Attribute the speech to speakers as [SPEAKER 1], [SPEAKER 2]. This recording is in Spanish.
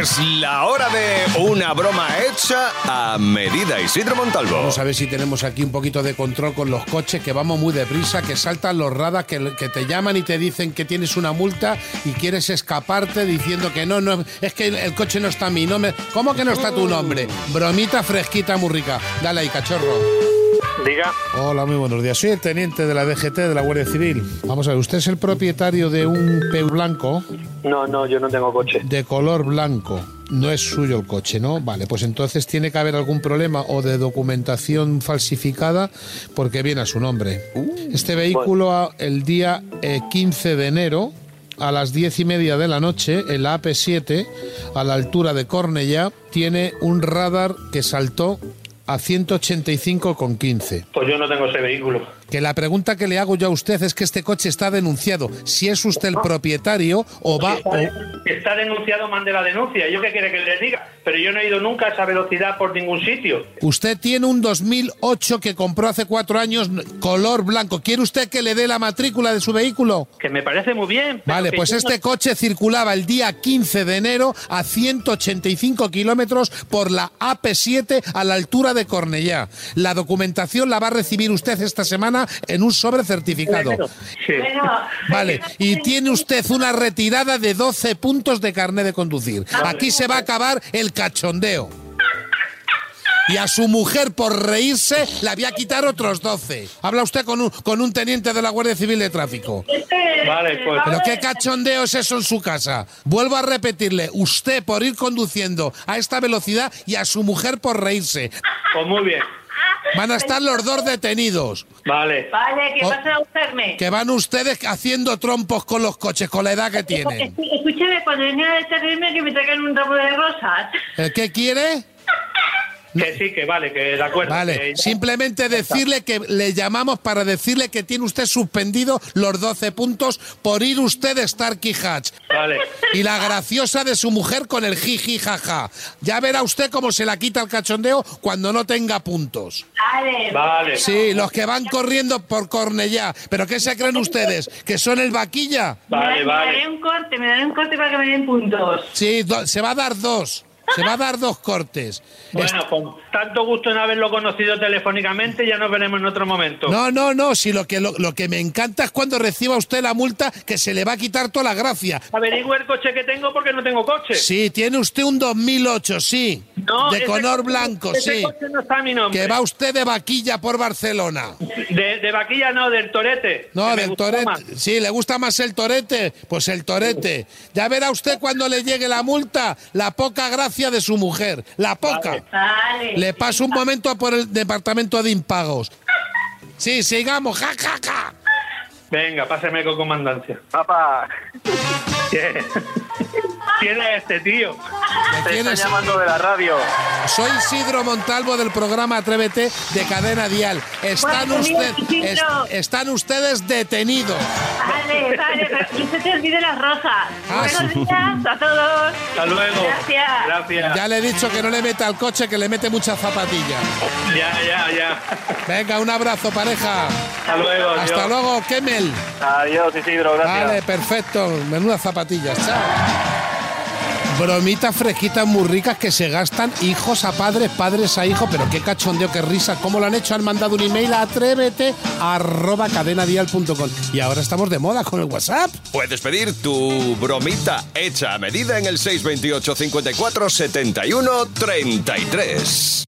[SPEAKER 1] es la hora de una broma hecha a medida. Isidro Montalvo.
[SPEAKER 2] Vamos a ver si tenemos aquí un poquito de control con los coches, que vamos muy deprisa, que saltan los radas, que, que te llaman y te dicen que tienes una multa y quieres escaparte diciendo que no, no, es que el, el coche no está a mi nombre. ¿Cómo que no está tu nombre? Bromita fresquita, muy rica. Dale ahí, cachorro.
[SPEAKER 3] Diga,
[SPEAKER 2] Hola, muy buenos días. Soy el teniente de la DGT de la Guardia Civil. Vamos a ver, usted es el propietario de un P blanco
[SPEAKER 3] no, no, yo no tengo coche.
[SPEAKER 2] de color blanco. No es suyo el coche, ¿no? Vale, pues entonces tiene que haber algún problema o de documentación falsificada porque viene a su nombre. Este vehículo a- el día eh, 15 de enero a las 10 y media de la noche, el AP7, a la altura de Cornellá, tiene un radar que saltó a 185,15.
[SPEAKER 3] Pues yo no tengo ese vehículo.
[SPEAKER 2] Que la pregunta que le hago yo a usted es que este coche está denunciado. Si es usted el propietario o va...
[SPEAKER 3] Está,
[SPEAKER 2] o-
[SPEAKER 3] está denunciado, mande la denuncia. ¿Yo qué quiere que le diga? Pero yo no he ido nunca a esa velocidad por ningún sitio.
[SPEAKER 2] Usted tiene un 2008 que compró hace cuatro años n- color blanco. ¿Quiere usted que le dé la matrícula de su vehículo?
[SPEAKER 3] Que me parece muy bien. pero
[SPEAKER 2] Vale,
[SPEAKER 3] que
[SPEAKER 2] pues
[SPEAKER 3] yo
[SPEAKER 2] este coche circulaba el día 15 de enero a 185 kilómetros por la AP7 a la altura de Cornellá. La documentación la va a recibir usted esta semana en un sobre certificado.
[SPEAKER 3] no- Sí.
[SPEAKER 2] Vale, y tiene usted una retirada de 12 puntos de carnet de conducir. Aquí se va a acabar el cachondeo. Y a su mujer, por reírse, la voy a quitar otros 12. Habla usted con un, con un teniente de la Guardia Civil de Tráfico.
[SPEAKER 4] este,
[SPEAKER 3] Vale, pues.
[SPEAKER 2] ¿Pero qué cachondeo es eso en su casa? Vuelvo a repetirle, usted por ir conduciendo a esta velocidad y a su mujer por reírse.
[SPEAKER 3] Pues muy bien.
[SPEAKER 2] Van a estar los dos detenidos.
[SPEAKER 3] Vale.
[SPEAKER 4] Vale, que
[SPEAKER 2] Oh.
[SPEAKER 4] pasen a buscarme.
[SPEAKER 2] Que van ustedes haciendo trompos con los coches, con la edad que tienen.
[SPEAKER 4] Escu- Escúcheme, cuando venía de servirme que me traigan un ramo de rosas.
[SPEAKER 2] ¿El qué quiere?
[SPEAKER 3] Que sí, que vale, que de acuerdo.
[SPEAKER 2] Vale,
[SPEAKER 3] que ya-
[SPEAKER 2] simplemente decirle que le llamamos para decirle que tiene usted suspendido los 12 puntos por ir usted de Starkey Hatch.
[SPEAKER 3] Vale.
[SPEAKER 2] Y la graciosa de su mujer con el jiji jaja. Ya verá usted cómo se la quita el cachondeo cuando no tenga puntos.
[SPEAKER 4] Vale.
[SPEAKER 3] Vale.
[SPEAKER 2] Sí, los que van corriendo por Cornellá. ¿Pero qué se creen ustedes? ¿Que son el vaquilla?
[SPEAKER 3] Vale,
[SPEAKER 4] me, Me daré
[SPEAKER 3] vale.
[SPEAKER 4] un corte, me daré un corte para que me den puntos.
[SPEAKER 2] Sí, do- se va a dar dos. Se va a dar dos cortes.
[SPEAKER 3] Bueno, con tanto gusto en haberlo conocido telefónicamente, ya nos veremos en otro momento.
[SPEAKER 2] No, no, no, si lo que, lo, lo que me encanta es cuando reciba usted la multa que se le va a quitar toda la gracia.
[SPEAKER 3] Averigüe el coche que tengo porque no tengo coche.
[SPEAKER 2] Sí, tiene usted un 2008, sí.
[SPEAKER 3] No,
[SPEAKER 2] de
[SPEAKER 3] ese
[SPEAKER 2] color
[SPEAKER 3] coche-
[SPEAKER 2] blanco,
[SPEAKER 3] ese
[SPEAKER 2] sí.
[SPEAKER 3] coche no está a mi nombre.
[SPEAKER 2] Que va usted de vaquilla por Barcelona.
[SPEAKER 3] De, de vaquilla no, del torete.
[SPEAKER 2] No,
[SPEAKER 3] que me
[SPEAKER 2] del
[SPEAKER 3] gustó más.
[SPEAKER 2] torete. Sí, ¿le gusta más el torete? Pues el torete. Ya verá usted cuando le llegue la multa, la poca gracia de su mujer. La poca.
[SPEAKER 4] Vale.
[SPEAKER 2] Le paso un momento por el departamento de impagos. Sí, sigamos. Ja, ja, ja.
[SPEAKER 3] Venga, páseme con comandancia.
[SPEAKER 5] Papá,
[SPEAKER 3] ¿Qué? ¿Quién es este tío?
[SPEAKER 2] ¿Me
[SPEAKER 5] te están
[SPEAKER 2] tienes?
[SPEAKER 5] llamando de la radio.
[SPEAKER 2] Soy Isidro Montalvo del programa Atrévete de Cadena Dial. Están,
[SPEAKER 4] Madre mía,
[SPEAKER 2] usted-
[SPEAKER 4] Isidro.
[SPEAKER 2] est- están ustedes detenidos.
[SPEAKER 4] Vale, vale, pero que se te olvide las rosas.
[SPEAKER 2] Ah,
[SPEAKER 4] Buenos
[SPEAKER 2] sí.
[SPEAKER 4] días a todos.
[SPEAKER 3] Hasta luego.
[SPEAKER 4] Gracias.
[SPEAKER 3] Gracias.
[SPEAKER 2] Ya le he dicho que no le meta al coche, que le mete muchas zapatillas.
[SPEAKER 3] Ya, ya, ya.
[SPEAKER 2] Venga, un abrazo, pareja.
[SPEAKER 3] Hasta luego.
[SPEAKER 2] Hasta
[SPEAKER 3] tío.
[SPEAKER 2] luego, Kemel.
[SPEAKER 5] Adiós, Isidro, gracias.
[SPEAKER 2] Vale, perfecto. Menudas zapatillas, chao. Bromitas fresquitas muy ricas que se gastan hijos a padres, padres a hijos, pero qué cachondeo, qué risa. ¿Cómo lo han hecho? Han mandado un email a atrévete arroba cadenadial.com. Y ahora estamos de moda con el WhatsApp.
[SPEAKER 1] Puedes pedir tu bromita hecha a medida en el 628 54 71 33.